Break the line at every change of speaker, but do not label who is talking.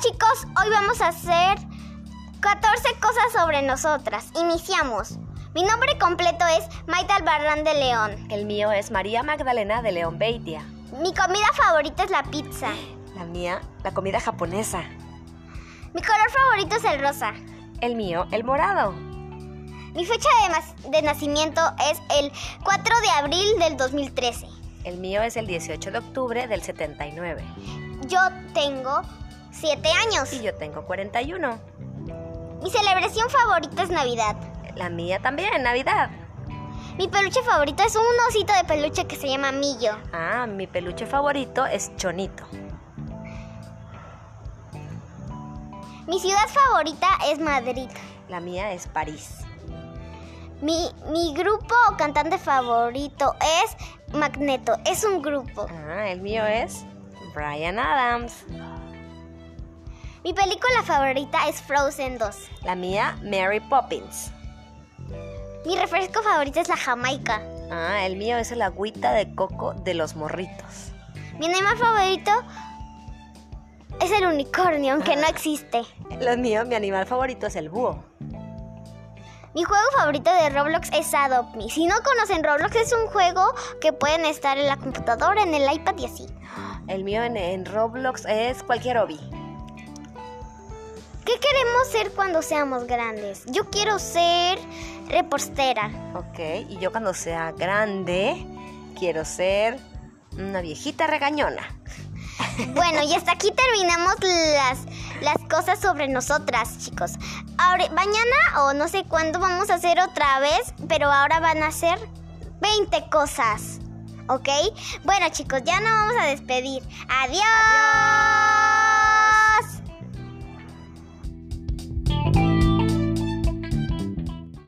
chicos, hoy vamos a hacer 14 cosas sobre nosotras. Iniciamos. Mi nombre completo es Maita Albarrán de León.
El mío es María Magdalena de León Beitia.
Mi comida favorita es la pizza.
La mía, la comida japonesa.
Mi color favorito es el rosa.
El mío, el morado.
Mi fecha de, mas- de nacimiento es el 4 de abril del 2013.
El mío es el 18 de octubre del 79.
Yo tengo 7 años.
Y yo tengo 41.
Mi celebración favorita es Navidad.
La mía también, Navidad.
Mi peluche favorito es un osito de peluche que se llama Millo.
Ah, mi peluche favorito es Chonito.
Mi ciudad favorita es Madrid.
La mía es París.
Mi, mi grupo o cantante favorito es Magneto. Es un grupo.
Ah, el mío es Brian Adams.
Mi película favorita es Frozen 2.
La mía, Mary Poppins.
Mi refresco favorito es la Jamaica.
Ah, el mío es el agüita de coco de los morritos.
Mi animal favorito es el unicornio, aunque no existe.
Los míos, mi animal favorito es el búho.
Mi juego favorito de Roblox es Adopt Me. Si no conocen Roblox, es un juego que pueden estar en la computadora, en el iPad y así.
El mío en, en Roblox es cualquier hobby.
¿Qué queremos ser cuando seamos grandes? Yo quiero ser repostera.
Ok, y yo cuando sea grande quiero ser una viejita regañona.
Bueno, y hasta aquí terminamos las, las cosas sobre nosotras, chicos. Ahora, mañana o no sé cuándo vamos a hacer otra vez, pero ahora van a ser 20 cosas. ¿Ok? Bueno, chicos, ya nos vamos a despedir. ¡Adiós!